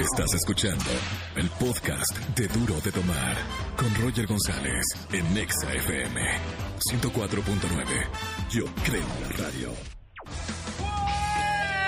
Estás escuchando el podcast de Duro de Tomar con Roger González en Nexa FM 104.9. Yo creo en la radio.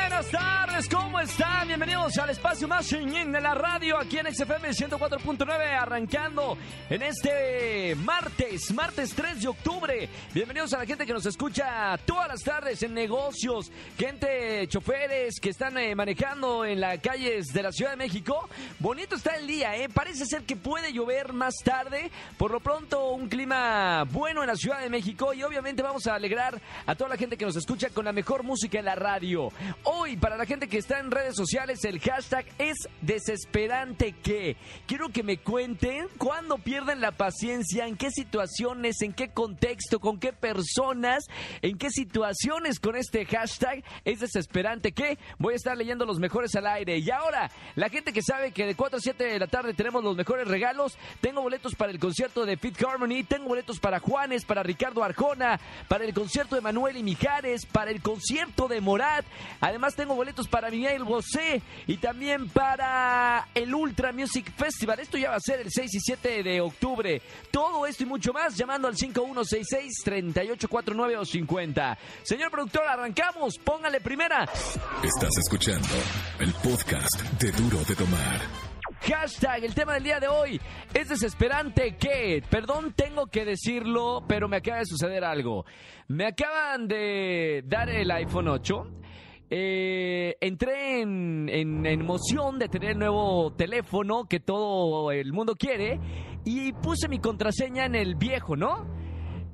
Buenas tardes, ¿cómo están? Bienvenidos al espacio más chingín de la radio aquí en XFM 104.9, arrancando en este martes, martes 3 de octubre. Bienvenidos a la gente que nos escucha todas las tardes en negocios, gente, choferes que están eh, manejando en las calles de la Ciudad de México. Bonito está el día, ¿eh? Parece ser que puede llover más tarde. Por lo pronto, un clima bueno en la Ciudad de México y obviamente vamos a alegrar a toda la gente que nos escucha con la mejor música en la radio. Hoy, para la gente que está en redes sociales, el hashtag es desesperante que. Quiero que me cuenten cuándo pierden la paciencia, en qué situaciones, en qué contexto, con qué personas, en qué situaciones con este hashtag es desesperante que. Voy a estar leyendo los mejores al aire. Y ahora, la gente que sabe que de 4 a 7 de la tarde tenemos los mejores regalos, tengo boletos para el concierto de Fit Harmony, tengo boletos para Juanes, para Ricardo Arjona, para el concierto de Manuel y Mijares, para el concierto de Morat. Además tengo boletos para Miguel Bosé y también para el Ultra Music Festival. Esto ya va a ser el 6 y 7 de octubre. Todo esto y mucho más llamando al 5166-3849 o 50. Señor productor, arrancamos. Póngale primera. Estás escuchando el podcast de Duro de Tomar. Hashtag, el tema del día de hoy es desesperante que, perdón, tengo que decirlo, pero me acaba de suceder algo. Me acaban de dar el iPhone 8. Eh, entré en, en, en emoción de tener el nuevo teléfono que todo el mundo quiere y puse mi contraseña en el viejo, ¿no?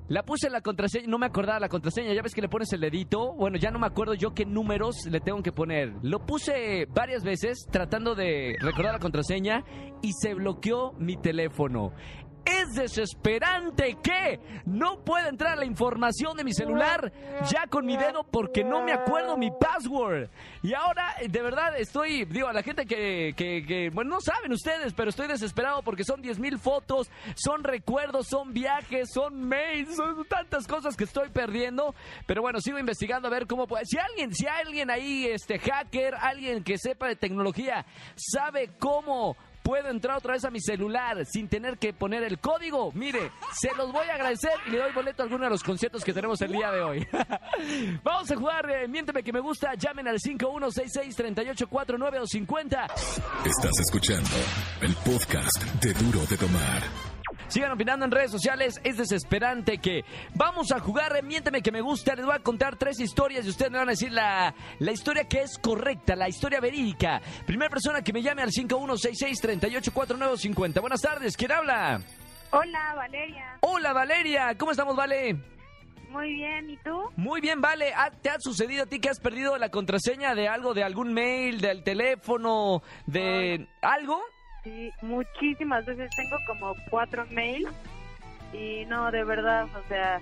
La puse en la contraseña, no me acordaba la contraseña, ya ves que le pones el dedito, bueno, ya no me acuerdo yo qué números le tengo que poner. Lo puse varias veces tratando de recordar la contraseña y se bloqueó mi teléfono. Es desesperante que no pueda entrar la información de mi celular ya con mi dedo porque no me acuerdo mi password. Y ahora, eh, de verdad, estoy, digo, a la gente que, que- que, bueno, no saben ustedes, pero estoy desesperado porque son 10 mil fotos, son recuerdos, son viajes, son mails, son tantas cosas que estoy perdiendo. Pero bueno, sigo investigando a ver cómo puede. Si alguien, si alguien ahí, este hacker, alguien que sepa de tecnología, sabe cómo puedo entrar otra vez a mi celular sin tener que poner el código. Mire, se los voy a agradecer y le doy boleto a alguno de los conciertos que tenemos el día de hoy. Vamos a jugar, eh, miénteme que me gusta, llamen al 5166-3849 o 50. Estás escuchando el podcast de Duro de Tomar. Sigan opinando en redes sociales, es desesperante que vamos a jugar, eh, miénteme que me gusta, les voy a contar tres historias y ustedes me van a decir la, la historia que es correcta, la historia verídica. Primera persona que me llame al 5166-384950. Buenas tardes, ¿quién habla? Hola, Valeria. Hola Valeria, ¿cómo estamos Vale? Muy bien, ¿y tú? Muy bien Vale, ¿Ha- ¿te ha sucedido a ti que has perdido la contraseña de algo, de algún mail, del teléfono, de algo? Sí, muchísimas veces tengo como cuatro mails y no, de verdad, o sea,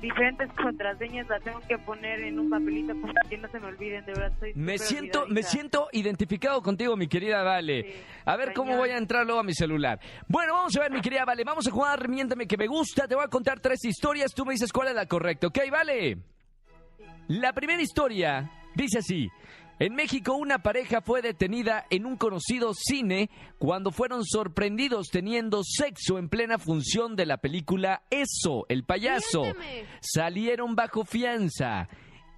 diferentes contraseñas las tengo que poner en un papelito para que no se me olviden, de verdad. Soy Me súper siento, me olvidadiza. siento identificado contigo, mi querida Vale. Sí, a ver cómo cañón. voy a entrar luego a mi celular. Bueno, vamos a ver, mi querida Vale. Vamos a jugar, miéntame que me gusta. Te voy a contar tres historias. Tú me dices cuál es la correcta, ¿ok, Vale? La primera historia dice así. En México una pareja fue detenida en un conocido cine cuando fueron sorprendidos teniendo sexo en plena función de la película Eso, el payaso. Salieron bajo fianza.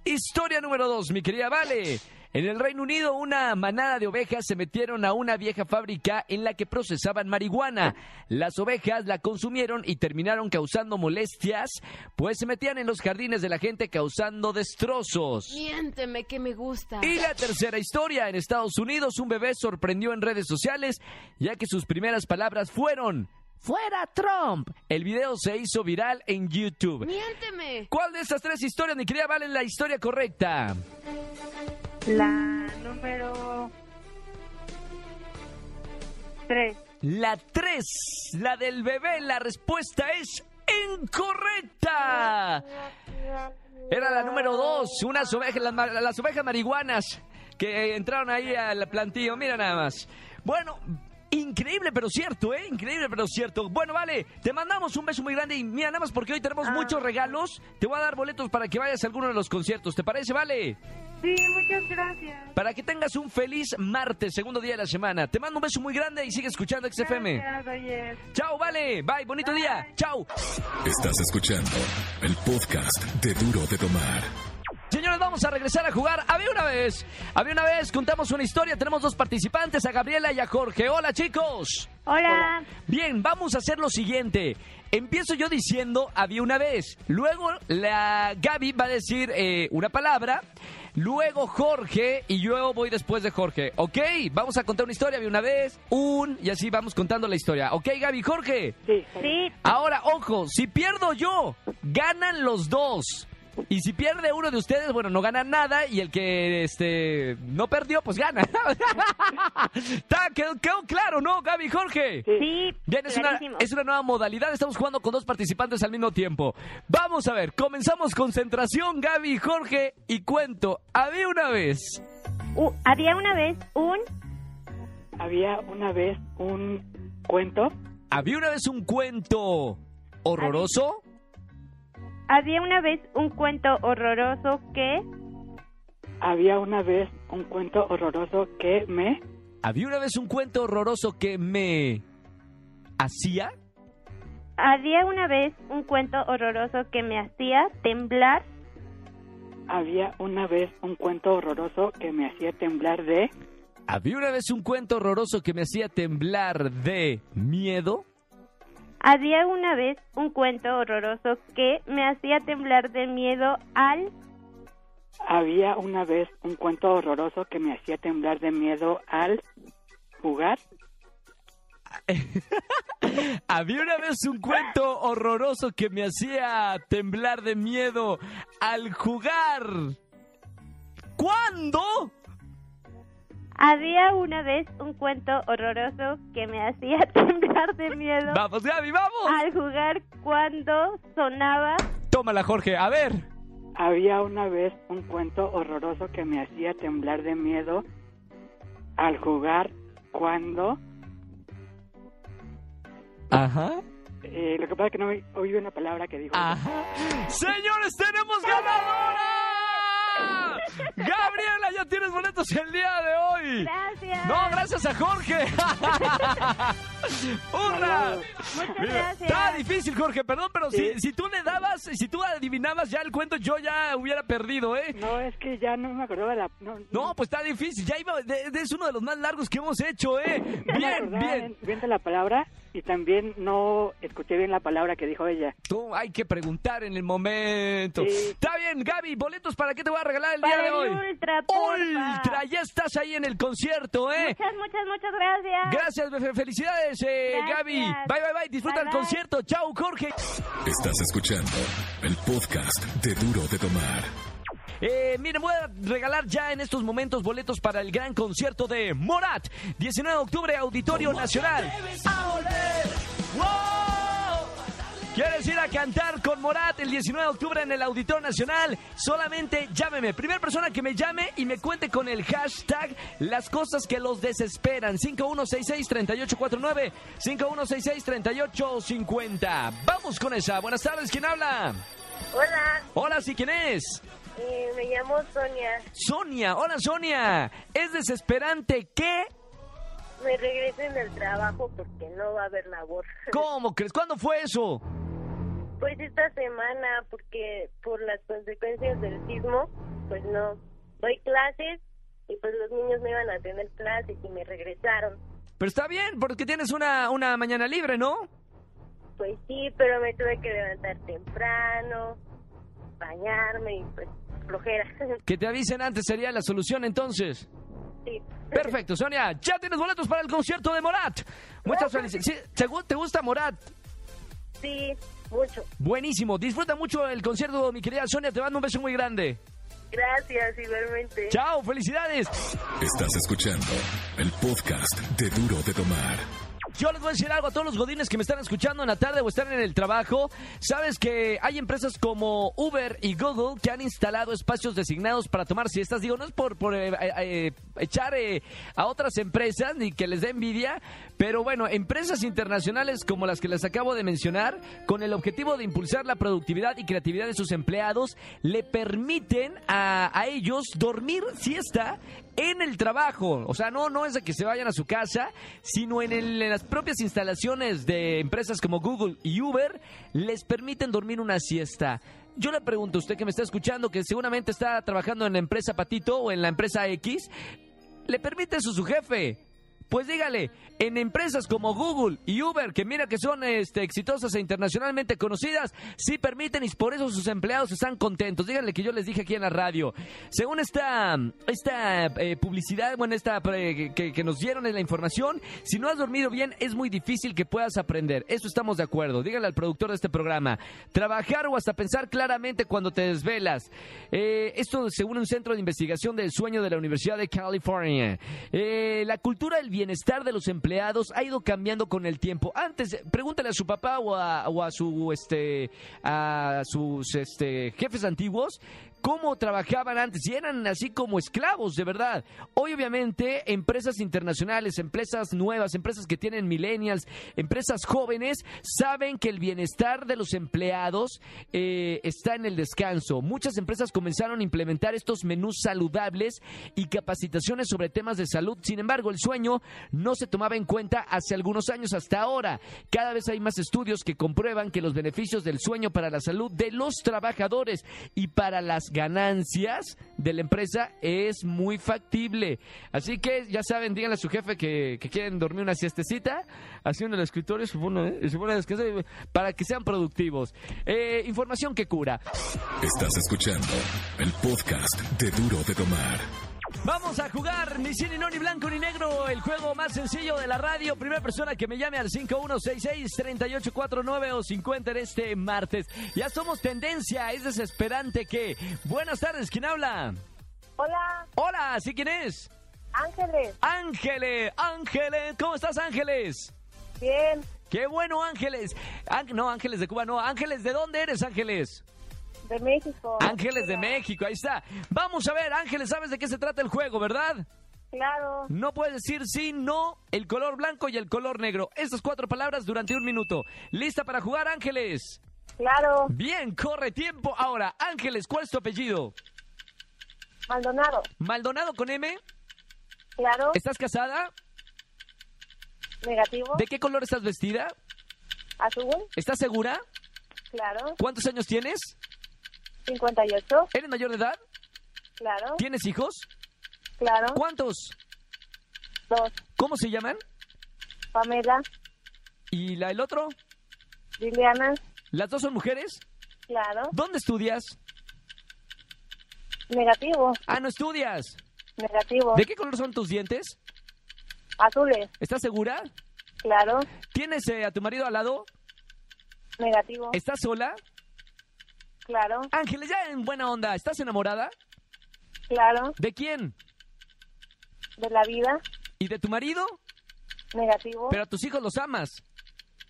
Historia número dos, mi querida Vale. En el Reino Unido, una manada de ovejas se metieron a una vieja fábrica en la que procesaban marihuana. Las ovejas la consumieron y terminaron causando molestias, pues se metían en los jardines de la gente causando destrozos. Miénteme que me gusta. Y la tercera historia, en Estados Unidos un bebé sorprendió en redes sociales ya que sus primeras palabras fueron ¡Fuera Trump! El video se hizo viral en YouTube. Miénteme. ¿Cuál de estas tres historias, mi querida Valen, la historia correcta? La número tres. La 3, la del bebé, la respuesta es incorrecta. Era la número 2, unas ovejas, las, ma- las ovejas marihuanas que entraron ahí al plantío, mira nada más. Bueno, increíble pero cierto, ¿eh? Increíble pero cierto. Bueno, vale, te mandamos un beso muy grande y mira nada más porque hoy tenemos muchos regalos. Te voy a dar boletos para que vayas a alguno de los conciertos, ¿te parece, vale? Sí, muchas gracias. Para que tengas un feliz martes, segundo día de la semana. Te mando un beso muy grande y sigue escuchando XFM. Gracias, oye. Chao, vale. Bye, bonito Bye. día. Chao. Estás escuchando el podcast de Duro de Tomar. Señores, vamos a regresar a jugar. Había una vez. Había una vez. Contamos una historia. Tenemos dos participantes, a Gabriela y a Jorge. Hola, chicos. Hola. Bien, vamos a hacer lo siguiente. Empiezo yo diciendo había una vez. Luego la Gaby va a decir eh, una palabra. Luego Jorge y yo voy después de Jorge. Ok, vamos a contar una historia. Había una vez, un y así vamos contando la historia. Ok, Gaby, Jorge. Sí. Ahora, ojo, si pierdo yo, ganan los dos. Y si pierde uno de ustedes, bueno, no gana nada y el que este no perdió, pues gana. Está, quedó, quedó claro, ¿no, Gaby Jorge? Sí, Bien, es una, es una nueva modalidad. Estamos jugando con dos participantes al mismo tiempo. Vamos a ver, comenzamos concentración, Gaby, Jorge y cuento. Había una vez. U- había una vez un Había una vez un cuento Había una vez un cuento horroroso. había una vez un cuento horroroso que Había una vez un cuento horroroso que me Había una vez un cuento horroroso que me hacía. había una vez un cuento horroroso que me hacía temblar había una vez un cuento horroroso que me hacía temblar de Había una vez un cuento horroroso que me hacía temblar de miedo. había una vez un cuento horroroso que me hacía temblar de miedo al había una vez un cuento horroroso que me hacía temblar de miedo al jugar Había una vez un cuento horroroso que me hacía temblar de miedo al jugar. ¿Cuándo? había una vez un cuento horroroso que me hacía temblar de miedo Vamos, Gaby, vamos. al jugar cuando sonaba Tómala, Jorge. A ver. Había una vez un cuento horroroso que me hacía temblar de miedo al jugar cuando Ajá. eh, lo que pasa es que no me- oí una palabra que dijo Ah. Ajá. Señores, tenemos ganadora. Gabriela, ya tienes boletos el día de hoy. gracias No, gracias a Jorge. ¡Hurra! muchas Mira, gracias Está difícil, Jorge, perdón, pero si, si tú le dabas, si tú adivinabas ya el cuento, yo ya hubiera perdido, ¿eh? No, es que ya no me acordaba de la... No, No, pues está difícil, ya iba, de- de- es uno de los más largos que hemos hecho, ¿eh? no me Bien, acordaba bien. bien de la palabra y también no escuché bien la palabra que dijo ella. Tú hay que preguntar en el momento. Sí. Está bien, Gaby, boletos para qué te voy a regalar el Para día de el hoy. Ultra, porfa. Ultra, ya estás ahí en el concierto, ¿eh? Muchas, muchas, muchas gracias. Gracias, fe- felicidades, eh, Gracias. Gaby. Bye, bye, bye. Disfruta Bye, el bye. concierto. Chao, Jorge. Estás escuchando el podcast de Duro de Tomar. Eh, miren, voy a regalar ya en estos momentos boletos para el gran concierto de Morat. 19 de octubre, Auditorio Nacional. ¿Quieres ir a cantar con Morat el 19 de octubre en el Auditorio Nacional? Solamente llámeme. Primera persona que me llame y me cuente con el hashtag las cosas que los desesperan. 5166-3849, 5166-3850. Vamos con esa. Buenas tardes, ¿quién habla? Hola, Hola, ¿sí quién es? eh, me llamo Sonia. Sonia, hola Sonia. Es desesperante que. Me regresen del trabajo porque no va a haber labor. ¿Cómo crees? ¿Cuándo fue eso? Pues esta semana, porque por las consecuencias del sismo, pues no doy clases y pues los niños no iban a tener clases y me regresaron. Pero está bien, porque tienes una, una mañana libre, ¿no? Pues sí, pero me tuve que levantar temprano, bañarme y pues flojera. Que te avisen antes sería la solución entonces. sí. Perfecto, Sonia. Ya tienes boletos para el concierto de Morat. Muchas felicidades. Sí, ¿te gu- ¿Te gusta Morat? Sí, mucho. Buenísimo. Disfruta mucho el concierto, mi querida Sonia. Te mando un beso muy grande. Gracias, igualmente. Chao, felicidades. Estás escuchando el podcast de Duro de Tomar. Yo les voy a decir algo a todos los godines que me están escuchando en la tarde o están en el trabajo. Sabes que hay empresas como Uber y Google que han instalado espacios designados para tomar siestas. Digo, no es por, por, eh, eh, echar eh, a otras empresas ni que les dé envidia, pero bueno, empresas internacionales como las que les acabo de mencionar, con el objetivo de impulsar la productividad y creatividad de sus empleados, le permiten a, a ellos dormir siesta en el trabajo. O sea, no, no es de que se vayan a su casa, sino en, el- en las propias instalaciones de empresas como Google y Uber, les permiten dormir una siesta. Yo le pregunto a usted que me está escuchando, que seguramente está trabajando en la empresa Patito o en la empresa X, ¿le permite eso su jefe? Pues dígale, en empresas como Google y Uber, que mira que son este, exitosas e internacionalmente conocidas, sí permiten y por eso sus empleados están contentos. Díganle que yo les dije aquí en la radio. Según esta, esta eh, publicidad, bueno, esta eh, que, que nos dieron en la información, si no has dormido bien es muy difícil que puedas aprender. Eso estamos de acuerdo. Dígale al productor de este programa. Trabajar o hasta pensar claramente cuando te desvelas. Eh, esto según un centro de investigación del sueño de la Universidad de California. Eh, la cultura del bienestar de los empleados ha ido cambiando con el tiempo. Antes, eh, pregúntale a su papá o a, o a su este a sus este jefes antiguos cómo trabajaban antes y eran así como esclavos, de verdad. Hoy obviamente empresas internacionales, empresas nuevas, empresas que tienen millennials, empresas jóvenes, saben que el bienestar de los empleados eh, está en el descanso. Muchas empresas comenzaron a implementar estos menús saludables y capacitaciones sobre temas de salud. Sin embargo, el sueño no se tomaba en cuenta hace algunos años hasta ahora. Cada vez hay más estudios que comprueban que los beneficios del sueño para la salud de los trabajadores y para las ganancias de la empresa es muy factible. Así que ya saben, díganle a su jefe que, que quieren dormir una siestecita, así en el escritorio, se pone, eh, se pone a descansar y- para que sean productivos. Eh, información que cura. Estás escuchando el podcast de Duro de Tomar. Vamos a jugar ni sí, ni no, ni blanco, ni negro, el juego más sencillo de la radio. Primera persona que me llame al 5166-3849 o 50 en este martes. Ya somos tendencia, es desesperante que... Buenas tardes, ¿quién habla? Hola, Hola, ¿sí quién es? Ángeles, Ángeles, Ángeles, ¿cómo estás Ángeles? bien, Qué bueno Ángeles. Áng- no, Ángeles de Cuba, no. Ángeles, ¿de dónde eres Ángeles? de México. Ángeles de México, ahí está. Vamos a ver, Ángeles, ¿sabes de qué se trata el juego, verdad? Claro, No puedes decir sí, no, el color blanco y el color negro. Estas cuatro palabras durante un minuto. ¿Lista para jugar, Ángeles? claro, Bien, corre tiempo ahora. Ángeles, ¿cuál es tu apellido? Maldonado, Maldonado con M. claro, ¿Estás casada? negativo, ¿De qué color estás vestida? azul, ¿Estás segura? claro, ¿Cuántos años tienes? 58, ¿Eres mayor de edad? claro, ¿Tienes hijos? claro, ¿Cuántos? dos, ¿Cómo se llaman? Pamela, ¿Y la, el otro? Liliana, ¿Las dos son mujeres? claro, ¿Dónde estudias? negativo, Ah, no estudias. negativo, ¿De qué color son tus dientes? azules, ¿Estás segura? claro, ¿Tienes eh, a tu marido al lado? negativo, ¿Estás sola? claro, Ángeles, ya en buena onda, ¿estás enamorada? claro, ¿De quién? de la vida, ¿Y de tu marido? negativo, Pero a tus hijos los amas.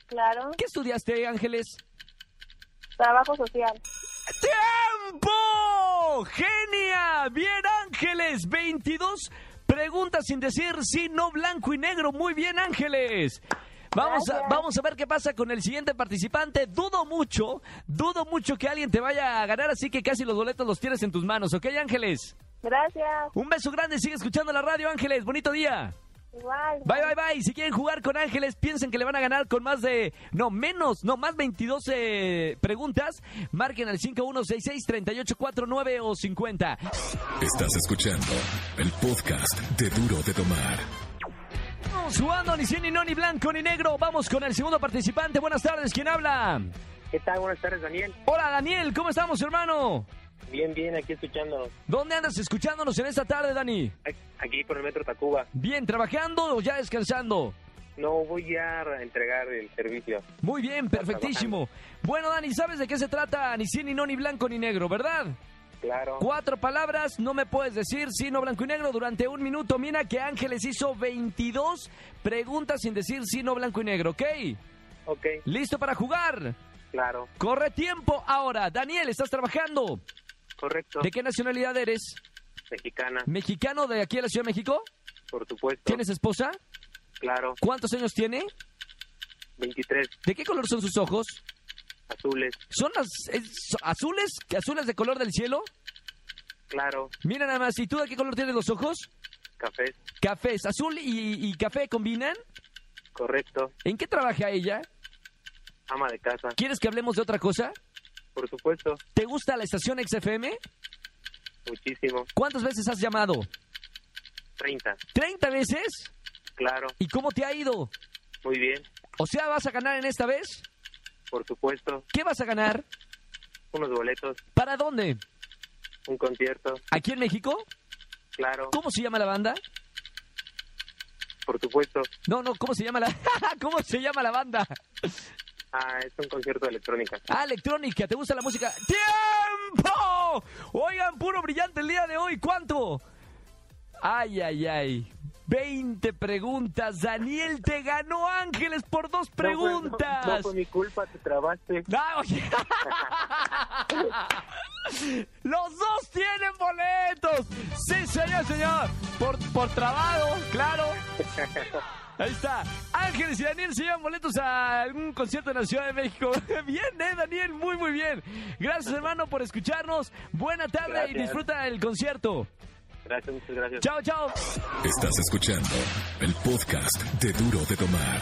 claro, ¿Qué estudiaste, Ángeles? trabajo social, ¡Tiempo! ¡Genia! Bien, Ángeles, 22 preguntas sin decir sí, no blanco y negro. Muy bien, Ángeles. Vamos a, Gracias. vamos a ver qué pasa con el siguiente participante. Dudo mucho, dudo mucho que alguien te vaya a ganar, así que casi los boletos los tienes en tus manos, ¿ok, Ángeles? gracias, Un beso grande, sigue escuchando la radio, Ángeles. Bonito día. igual, Bye, bye, bye. Si quieren jugar con Ángeles, piensen que le van a ganar con más de. No, menos, no, más 22 eh, preguntas. Marquen al 5166-3849 o 50. Estás escuchando el podcast de Duro de Tomar. Vamos jugando ni cien, ni no, ni blanco, ni negro. Vamos con el segundo participante. Buenas tardes, ¿quién habla? ¿Qué tal? Buenas tardes, Daniel. Hola, Daniel, ¿cómo estamos, hermano? Bien, bien, aquí escuchándonos. ¿Dónde andas escuchándonos en esta tarde, Dani? Aquí por el Metro Tacuba. ¿Bien, trabajando o ya descansando? No voy a entregar el servicio. Muy bien, perfectísimo. Bueno, Dani, ¿sabes de qué se trata? Ni cien, ni no, ni blanco, ni negro, ¿verdad? Claro. Cuatro palabras, no me puedes decir, sino blanco y negro durante un minuto. Mira que Ángeles hizo 22 preguntas sin decir sino blanco y negro, ¿ok? Ok, ¿Listo para jugar? claro. Corre tiempo ahora. Daniel, ¿estás trabajando? Correcto. ¿De qué nacionalidad eres? Mexicana, ¿Mexicano de aquí a la Ciudad de México? por supuesto. ¿Tienes esposa? Claro. ¿Cuántos años tiene? 23, ¿De qué color son sus ojos? azules. ¿Son az- es- azules? ¿Azules de color del cielo? Claro. Mira nada más, ¿y tú de qué color tienes los ojos? Café, Cafés, azul y, y café combinan. correcto. ¿En qué trabaja ella? Ama de casa, ¿Quieres que hablemos de otra cosa? por supuesto. ¿Te gusta la estación XFM? Muchísimo. ¿Cuántas veces has llamado? 30, ¿30 veces? claro. ¿Y cómo te ha ido? Muy bien, O sea, ¿vas a ganar en esta vez? por supuesto. ¿Qué vas a ganar? Unos boletos, ¿Para dónde? un concierto, ¿Aquí en México? claro. ¿Cómo se llama la banda? Por supuesto. No, no, ¿cómo se llama la... ¿Cómo se llama la banda? Ah, es un concierto de electrónica. Ah, electrónica, ¿te gusta la música? ¡Tiempo! Oigan, puro brillante el día de hoy, ¿cuánto? Ay, ay, ay. 20 preguntas. Daniel te ganó Ángeles por dos preguntas. No, fue mi culpa, te trabaste. Ah, oye. Los dos tienen boletos. Sí, señor, señor. Por, por trabajo, claro. Ahí está. Ángeles y Daniel se llevan boletos a algún concierto en la Ciudad de México. Bien, eh, Daniel. Muy, muy bien. Gracias, hermano, por escucharnos. Buena tarde y Gracias. disfruta el concierto. Gracias, muchas gracias. Chao, chao. Estás escuchando el podcast de Duro de Tomar.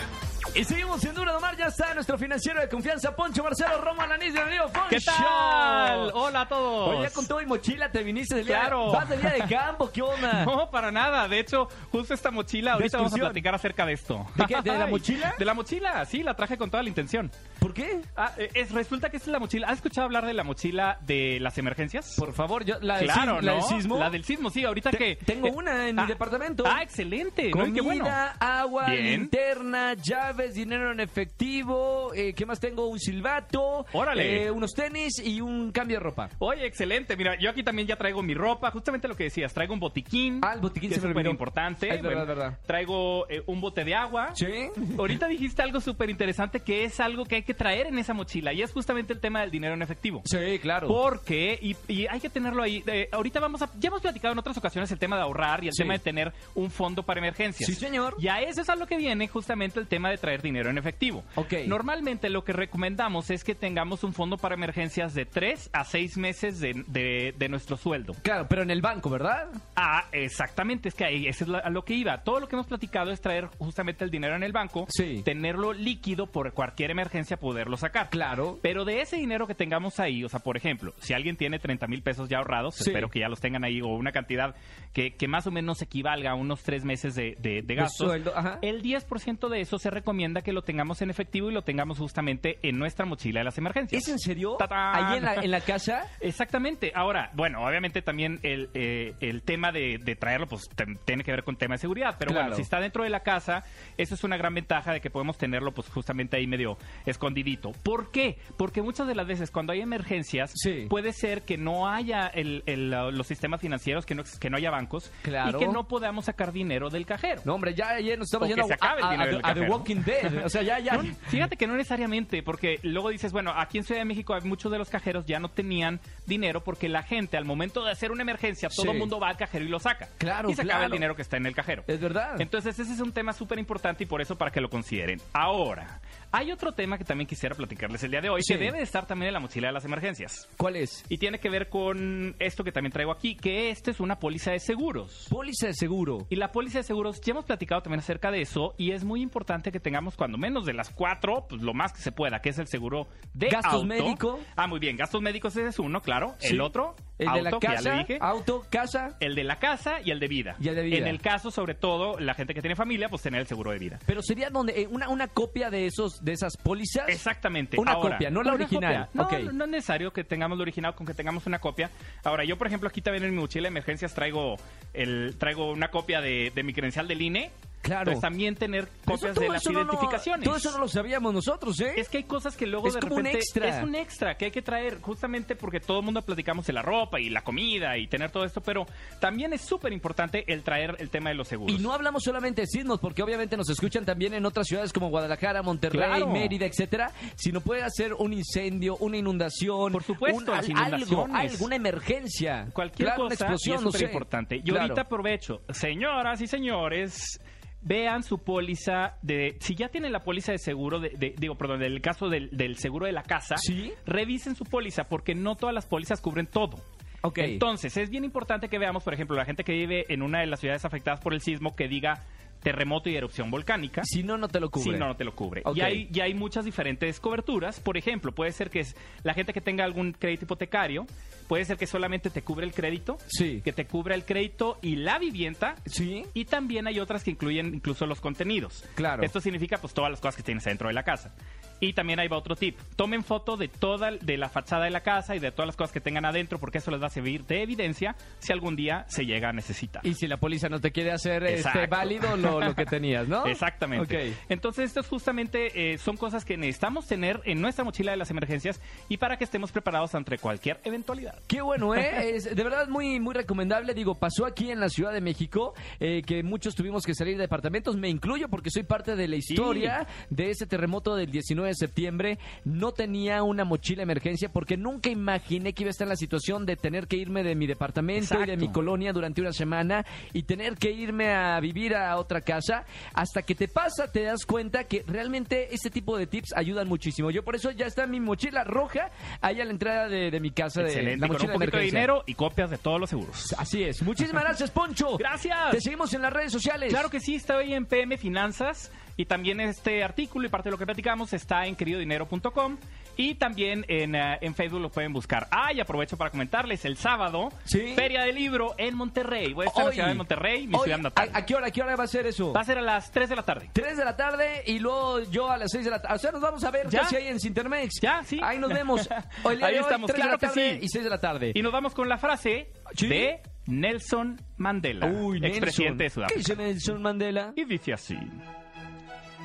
Y seguimos en Duro de Mar. Ya está nuestro financiero de confianza, Poncho Marcelo Romo Alaniz. Bienvenido, Poncho. ¿Qué tal? Hola a todos. Oye, ya con todo y mochila te viniste del día. Claro. Vas del día de campo, ¿qué onda? No, para nada. De hecho, justo esta mochila, ahorita vamos a Discusión. platicar acerca de esto. ¿De qué? ¿De la Ay, mochila? De la mochila, sí, la traje con toda la intención. ¿Por qué? Ah, eh, es, resulta que esta es la mochila. ¿Has escuchado hablar de la mochila de las emergencias? Por favor, yo, la, del claro, sismo- la ¿no? del sismo. La del sismo, sí, ahorita Te- que. tengo eh, una en mi departamento. Ah, excelente. ¿no? Comida, Y qué bueno. agua, Bien. linterna, llaves, dinero en efectivo. eh, ¿Qué más tengo? Un silbato. Órale. eh, unos tenis y un cambio de ropa. Oye, excelente. Mira, yo aquí también ya traigo mi ropa, justamente lo que decías. Traigo un botiquín. Ah, el botiquín que se es me súper olvidó. importante. Es verdad, verdad. Traigo eh, un bote de agua. ¿Sí? Ahorita dijiste algo súper interesante que es algo que hay que traer en esa mochila y es justamente el tema del dinero en efectivo. Sí, claro. Porque, y, y hay que tenerlo ahí, eh, ahorita vamos a, ya hemos platicado en otras ocasiones el tema de ahorrar y el Sí. tema de tener un fondo para emergencias. Sí, señor. Y a eso es a lo que viene justamente el tema de traer dinero en efectivo. Ok. Normalmente lo que recomendamos es que tengamos un fondo para emergencias de 3 a 6 meses de- de- de nuestro sueldo. Claro, pero en el banco, ¿verdad? Ah, exactamente, es que ahí eso es lo- a lo que iba. Todo lo que hemos platicado es traer justamente el dinero en el banco, Sí. tenerlo líquido por cualquier emergencia, poderlo sacar. Claro. Pero de ese dinero que tengamos ahí, o sea, por ejemplo, si alguien tiene 30 mil pesos ya ahorrados, Sí. espero que ya los tengan ahí, o una cantidad que, que más o menos equivalga a unos tres meses de, de- de gastos, sueldo, ajá. el 10% de eso se recomienda que lo tengamos en efectivo y lo tengamos justamente en nuestra mochila de las emergencias. ¿Es en serio? ¡Tatán! Ahí en la, en la casa. Eh, Exactamente. Ahora, bueno, obviamente también el, eh, el tema de, de traerlo, pues tem- tiene que ver con tema de seguridad. Pero Claro. bueno, si está dentro de la casa, eso es una gran ventaja de que podemos tenerlo, pues justamente ahí medio escondidito. ¿Por qué? Porque muchas de las veces cuando hay emergencias, Sí. puede ser que no haya el- el, uh, los sistemas financieros, que no, ex- que no haya bancos Claro. y que no podamos sacar dinero del cajero. No, hombre, ya ayer nos estamos O que yendo se a, acabe el a- dinero a- del a The cajero. Walking Dead. O sea, ya, ya. No, fíjate que no necesariamente, porque luego dices, bueno, aquí en Ciudad de México hay muchos de los cajeros ya no tenían dinero porque la gente al momento de hacer una emergencia, todo Sí. el mundo va al cajero y lo saca. Claro, Y se acaba el claro. dinero que está en el cajero. Es verdad. Entonces ese es un tema súper importante y por eso para que lo consideren. Ahora, hay otro tema que también quisiera platicarles el día de hoy, Sí. que debe de estar también en la mochila de las emergencias. ¿Cuál es? Y tiene que ver con esto que también traigo aquí, que este es una póliza de seguros. Póliza de seguro. Y la póliza de seguros, ya hemos platicado también acerca de eso y es muy importante que tengamos cuando menos de las cuatro, pues lo más que se pueda, que es el seguro de Gastos auto. médico. Ah, muy bien, gastos médicos ese es uno, claro. Sí. El otro, El de la auto, que ya le casa. dije. Auto, casa. El de la casa y el de vida. Y el de vida. En el caso, sobre todo, la gente que tiene familia, pues tener el seguro de vida. Pero sería donde eh, una, una copia de esos de esas pólizas. Exactamente. Una Ahora, copia, no la una original. copia. No, Ok. no, no es necesario que tengamos la original, con que tengamos una copia. Ahora, yo, por ejemplo, aquí también en mi mochila de emergencias traigo el traigo una copia de, de mi credencial del INE. Claro. Entonces también tener Eso copias todo de las eso no lo- identificaciones. todo eso no lo sabíamos nosotros, ¿eh? Es que hay cosas que luego Es de como un repente extra. es un extra que hay que traer justamente porque todo el mundo platicamos de la ropa y la comida y tener todo esto, pero también es súper importante el traer el tema de los seguros. Y no hablamos solamente de sismos, porque obviamente nos escuchan también en otras ciudades como Guadalajara, Monterrey, Claro. Mérida, etcétera. Sino puede ser un incendio, una inundación, Por supuesto, un- al- las algo, inundaciones. alguna emergencia, cualquier claro, cosa una explosión, y es no súper sé. importante. Y Claro. ahorita aprovecho, señoras y señores, vean su póliza de, si ya tienen la póliza de seguro, de, de- digo, perdón, del caso del, del seguro de la casa, Sí. revisen su póliza porque no todas las pólizas cubren todo. Ok. Entonces, es bien importante que veamos, por ejemplo, la gente que vive en una de las ciudades afectadas por el sismo que diga terremoto y erupción volcánica. si no, no te lo cubre. Si no, no te lo cubre. Ok. Y, hay, y hay muchas diferentes coberturas. Por ejemplo, puede ser que es la gente que tenga algún crédito hipotecario, puede ser que solamente te cubre el crédito, Sí. que te cubra el crédito y la vivienda. Sí. Y también hay otras que incluyen incluso los contenidos. Claro. Esto significa pues todas las cosas que tienes dentro de la casa. Y también ahí va otro tip. Tomen foto de toda de la fachada de la casa y de todas las cosas que tengan adentro porque eso les va a servir de evidencia si algún día se llega a necesitar. Y si la póliza no te quiere hacer este, Exacto. válido lo, lo que tenías, ¿no? Exactamente. Ok. Entonces, estas justamente eh, son cosas que necesitamos tener en nuestra mochila de las emergencias y para que estemos preparados ante cualquier eventualidad. Qué bueno, ¿eh? Es de verdad muy, muy recomendable. Digo, pasó aquí en la Ciudad de México eh, que muchos tuvimos que salir de departamentos. Me incluyo porque soy parte de la historia de ese terremoto del 19 de septiembre. No tenía una mochila de emergencia porque nunca imaginé que iba a estar en la situación de tener que irme de mi departamento y de Exacto. mi colonia durante una semana y tener que irme a vivir a otra casa. Hasta que te pasa, te das cuenta que realmente este tipo de tips ayudan muchísimo. Yo por eso ya está mi mochila roja ahí a la entrada de, de mi casa de Excelente, la con un mochila de poquito de emergencia. dinero y copias de todos los seguros. Así es. Muchísimas gracias, Poncho. Gracias. Te seguimos en las redes sociales. Claro que sí, está hoy en PM Finanzas y también este artículo y parte de lo que platicamos está en queridodinero.com y también en, eh, en Facebook lo pueden buscar. Ah, y aprovecho para comentarles, el sábado, Sí. Feria del Libro en Monterrey. Voy a estar en la ciudad de Monterrey, mi hoy, ciudad natal. ¿a, a qué hora, a qué hora va a ser eso? Va a ser a las 3 de la tarde. 3 de la tarde y luego yo a las 6 de la tarde. O sea, nos vamos a ver ¿Ya? casi ahí en Cintermex. Ya, sí. Ahí nos vemos. Hoy, el día Ahí de hoy, estamos, 3 de la claro que tarde sí. Y 6 de la tarde. Y nos vamos con la frase Sí. de Nelson Mandela, Uy, expresidente Nelson. de ¿Qué Sudáfrica. dice Nelson Mandela? Y dice así: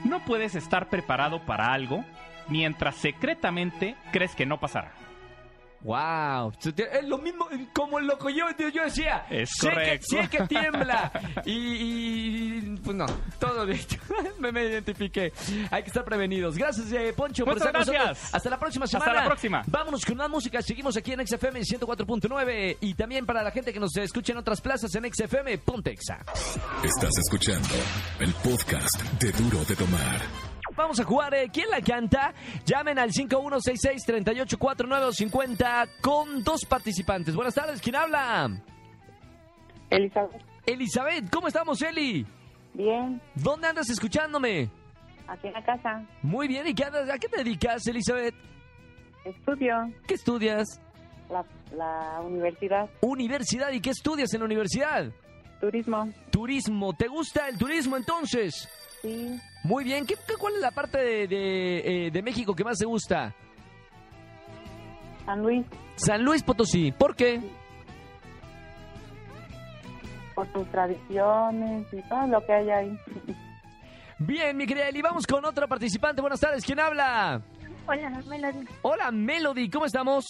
No puedes estar preparado para algo mientras secretamente crees que no pasará. Wow, es lo mismo como lo que yo, yo decía. Es sé correcto. Que, sé que tiembla. Y, y, pues no, todo listo. me, me identifiqué. Hay que estar prevenidos. Gracias, eh, Poncho, Muchas por estar con gracias. nosotros. Hasta la próxima Hasta semana. la próxima. Vámonos con más música. Seguimos aquí en XFM 104.9. Y también para la gente que nos escucha en otras plazas en XFM, Pontexa. Estás escuchando el podcast de Duro de Tomar. Vamos a jugar. eh, ¿Quién la canta? Llamen al 5166-384950 con dos participantes. Buenas tardes. ¿Quién habla? Elizabeth, Elizabeth, ¿cómo estamos, Eli? bien, ¿Dónde andas escuchándome? aquí en la casa, Muy bien, ¿y qué andas- a qué te dedicas, Elizabeth? estudio, ¿Qué estudias? la, la universidad, Universidad, ¿y qué estudias en la universidad? turismo, Turismo, ¿te gusta el turismo entonces? sí, Muy bien, ¿Qué, qué- cuál es la parte de, de, eh, de México que más te gusta? San Luis, San Luis Potosí, ¿por qué? por sus tradiciones y todo lo que hay ahí. Bien, mi querida Eli, vamos con otra participante. Buenas tardes, ¿quién habla? Hola, Melody. Hola, Melody, ¿cómo estamos?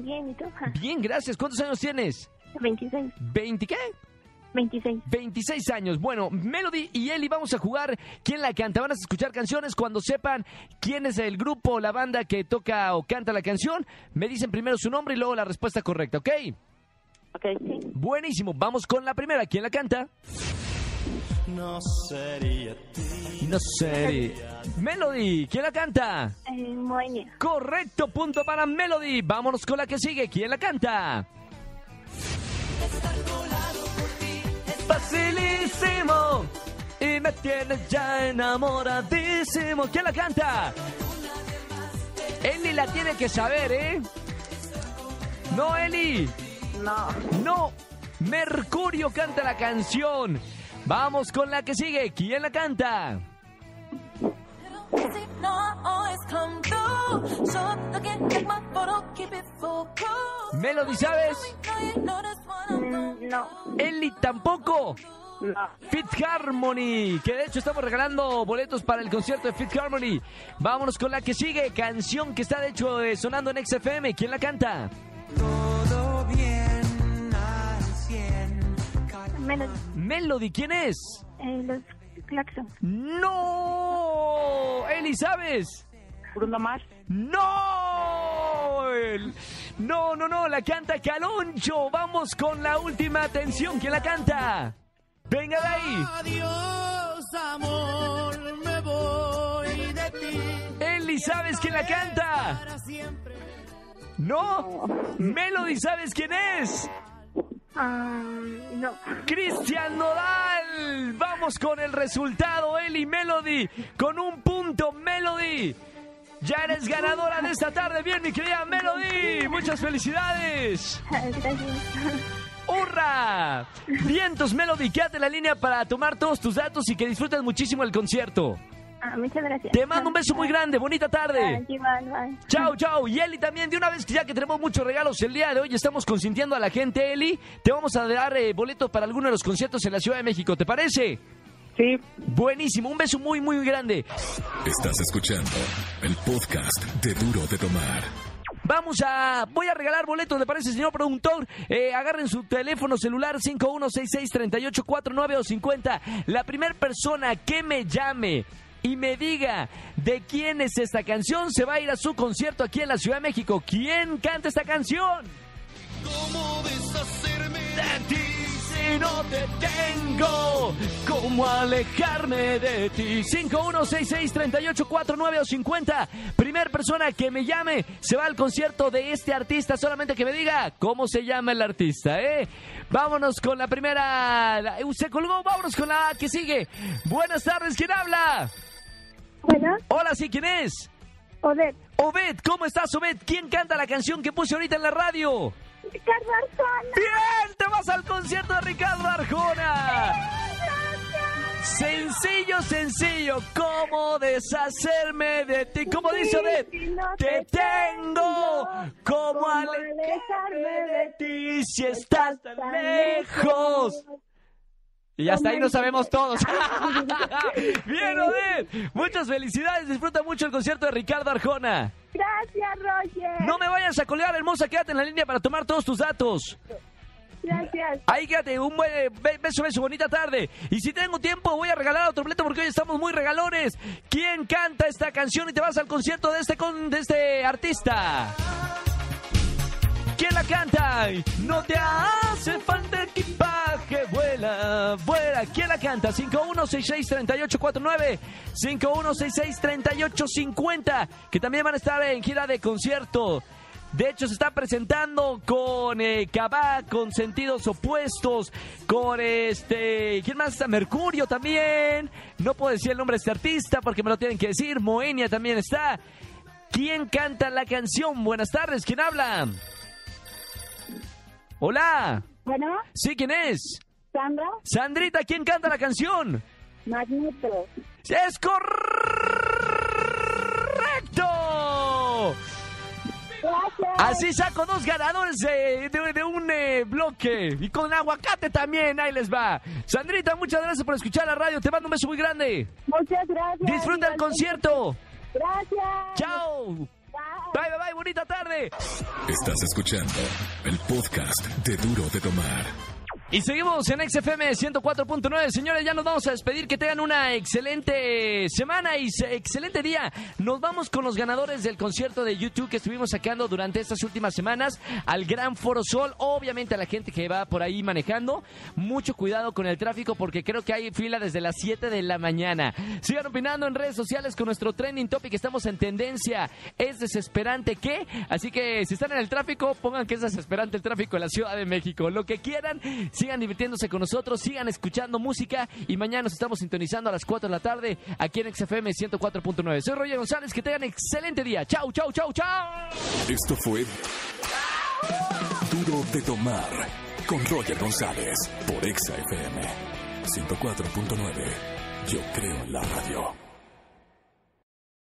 Bien, ¿y tú? Bien, gracias. ¿Cuántos años tienes? 26. ¿20 qué? 26. 26 años. Bueno, Melody y Eli vamos a jugar quién la canta. Van a escuchar canciones cuando sepan quién es el grupo o la banda que toca o canta la canción. Me dicen primero su nombre y luego la respuesta correcta, ¿ok? Ok, sí. Buenísimo, vamos con la primera. ¿Quién la canta? No sería Melody, ¿quién la canta? Eh, Moenia. Correcto, punto para Melody. Vámonos con la que sigue. ¿Quién la canta? Facilísimo. Y me tienes ya enamoradísimo. ¿Quién la canta? Eli la tiene que saber, ¿eh? No, Eli. No, No. Mercurio canta la canción. Vamos con la que sigue. ¿Quién la canta? Melody, ¿sabes? Mm, no. Eli tampoco. Fit Harmony, que de hecho estamos regalando boletos para el concierto de Fit Harmony. Vámonos con la que sigue, canción que está de hecho eh, sonando en XFM. ¿Quién la canta? Todo bien al cien. Menos Melody, ¿quién es? eh, los claxons. ¡No! ¡Eli, sabes! Bruno Mars. ¡No! El- No, no, no, la canta Caloncho. Vamos con la última atención. ¿Quién la canta? Venga de ahí. Adiós, amor, me voy de ti. Eli, ¿sabes quién la canta? Para siempre. ¿No? Melody, ¿sabes quién es? Ah, no. Cristian Nodal. Vamos con el resultado, Eli Melody. Con un punto, Melody. Ya eres ganadora de esta tarde. Bien, mi querida Melody. Muchas felicidades. Gracias. ¡Hurra! Vientos, Melody, quédate en la línea para tomar todos tus datos y que disfrutes muchísimo el concierto. Ah, muchas gracias. Te mando un beso muy grande, bonita Ah, tarde. igual, bye. Chao, chao. Y Eli también, de una vez que ya que tenemos muchos regalos el día de hoy, estamos consintiendo a la gente, Eli. Te vamos a dar eh, boletos para alguno de los conciertos en la Ciudad de México, ¿te parece? Sí, Buenísimo, un beso muy, muy grande. Estás escuchando el podcast de Duro de Tomar. Vamos a. Voy a regalar boletos, ¿le parece, señor productor? Eh, agarren su teléfono celular 5166-3849 o 50. La primera persona que me llame y me diga de quién es esta canción se va a ir a su concierto aquí en la Ciudad de México. ¿Quién canta esta canción? ¿Cómo deshacerme? De ti si no te tengo, ¿cómo alejarme de ti? 5166-3849 o 50. Primer persona que me llame se va al concierto de este artista, solamente que me diga cómo se llama el artista, ¿eh? Vámonos con la primera. la- uh, se colgó, vámonos con la que sigue. Buenas tardes, ¿quién habla? Bueno, Hola, sí, ¿quién es? Odette. Obed, ¿cómo estás, Obed? ¿Quién canta la canción que puse ahorita en la radio? Ricardo Arjona. ¡Bien! ¡Te vas al concierto de Ricardo Arjona! Sencillo, sencillo, ¿cómo deshacerme de ti? ¿Cómo dice Odette? Sí, si no Te te tengo, tengo, ¿cómo ¿cómo alejarme de alejarme de ti si estás tan lejos? Y hasta ahí nos sabemos todos. ¡Bien, Odette! Muchas felicidades, disfruta mucho el concierto de Ricardo Arjona. Gracias, Roger. No me vayas a colgar, hermosa, quédate en la línea para tomar todos tus datos. Gracias. Ahí quédate, un buen eh, be- beso, beso, bonita tarde. Y si tengo tiempo, voy a regalar otro boleto porque hoy estamos muy regalones. ¿Quién canta esta canción y te vas al concierto de este, con, de este artista? ¿Quién la canta? No te hace falta equipaje, vuela, vuela. ¿Quién la canta? 5166-3849, 5166-3850, que también van a estar en gira de concierto. De hecho, se está presentando con eh, Cabá, con Sentidos Opuestos, con este... ¿Quién más está? Mercurio también. No puedo decir el nombre de este artista porque me lo tienen que decir. Moenia también está. ¿Quién canta la canción? Buenas tardes, ¿quién habla? Hola. Bueno, Sí, ¿quién es? Sandra, Sandrita, ¿quién canta la canción? Magneto. ¡Es correcto! Gracias. Así saco dos ganadores de, de- de un eh, bloque. Y con aguacate también, ahí les va. Sandrita, muchas gracias por escuchar la radio. Te mando un beso muy grande. Muchas gracias. Disfruta el Igualmente. concierto. Gracias. Chao. Bye. Bye, bye, bye. Bonita tarde. Estás escuchando el podcast de Duro de Tomar. Y seguimos en XFM 104.9. Señores, ya nos vamos a despedir. Que tengan una excelente semana y se- excelente día. Nos vamos con los ganadores del concierto de YouTube que estuvimos sacando durante estas últimas semanas al Gran Foro Sol. Obviamente a la gente que va por ahí manejando. Mucho cuidado con el tráfico porque creo que hay fila desde las 7 de la mañana. Sigan opinando en redes sociales con nuestro trending topic. Estamos en tendencia. Es desesperante que. Así que si están en el tráfico, pongan que es desesperante el tráfico en la Ciudad de México. Lo que quieran, sigan divirtiéndose con nosotros, sigan escuchando música y mañana nos estamos sintonizando a las 4 de la tarde aquí en XFM 104.9. Soy Roger González, que tengan excelente día. Chau, chau, chau, chau. Esto fue Duro de Tomar con Roger González por Exa FM 104.9. Yo creo en la radio.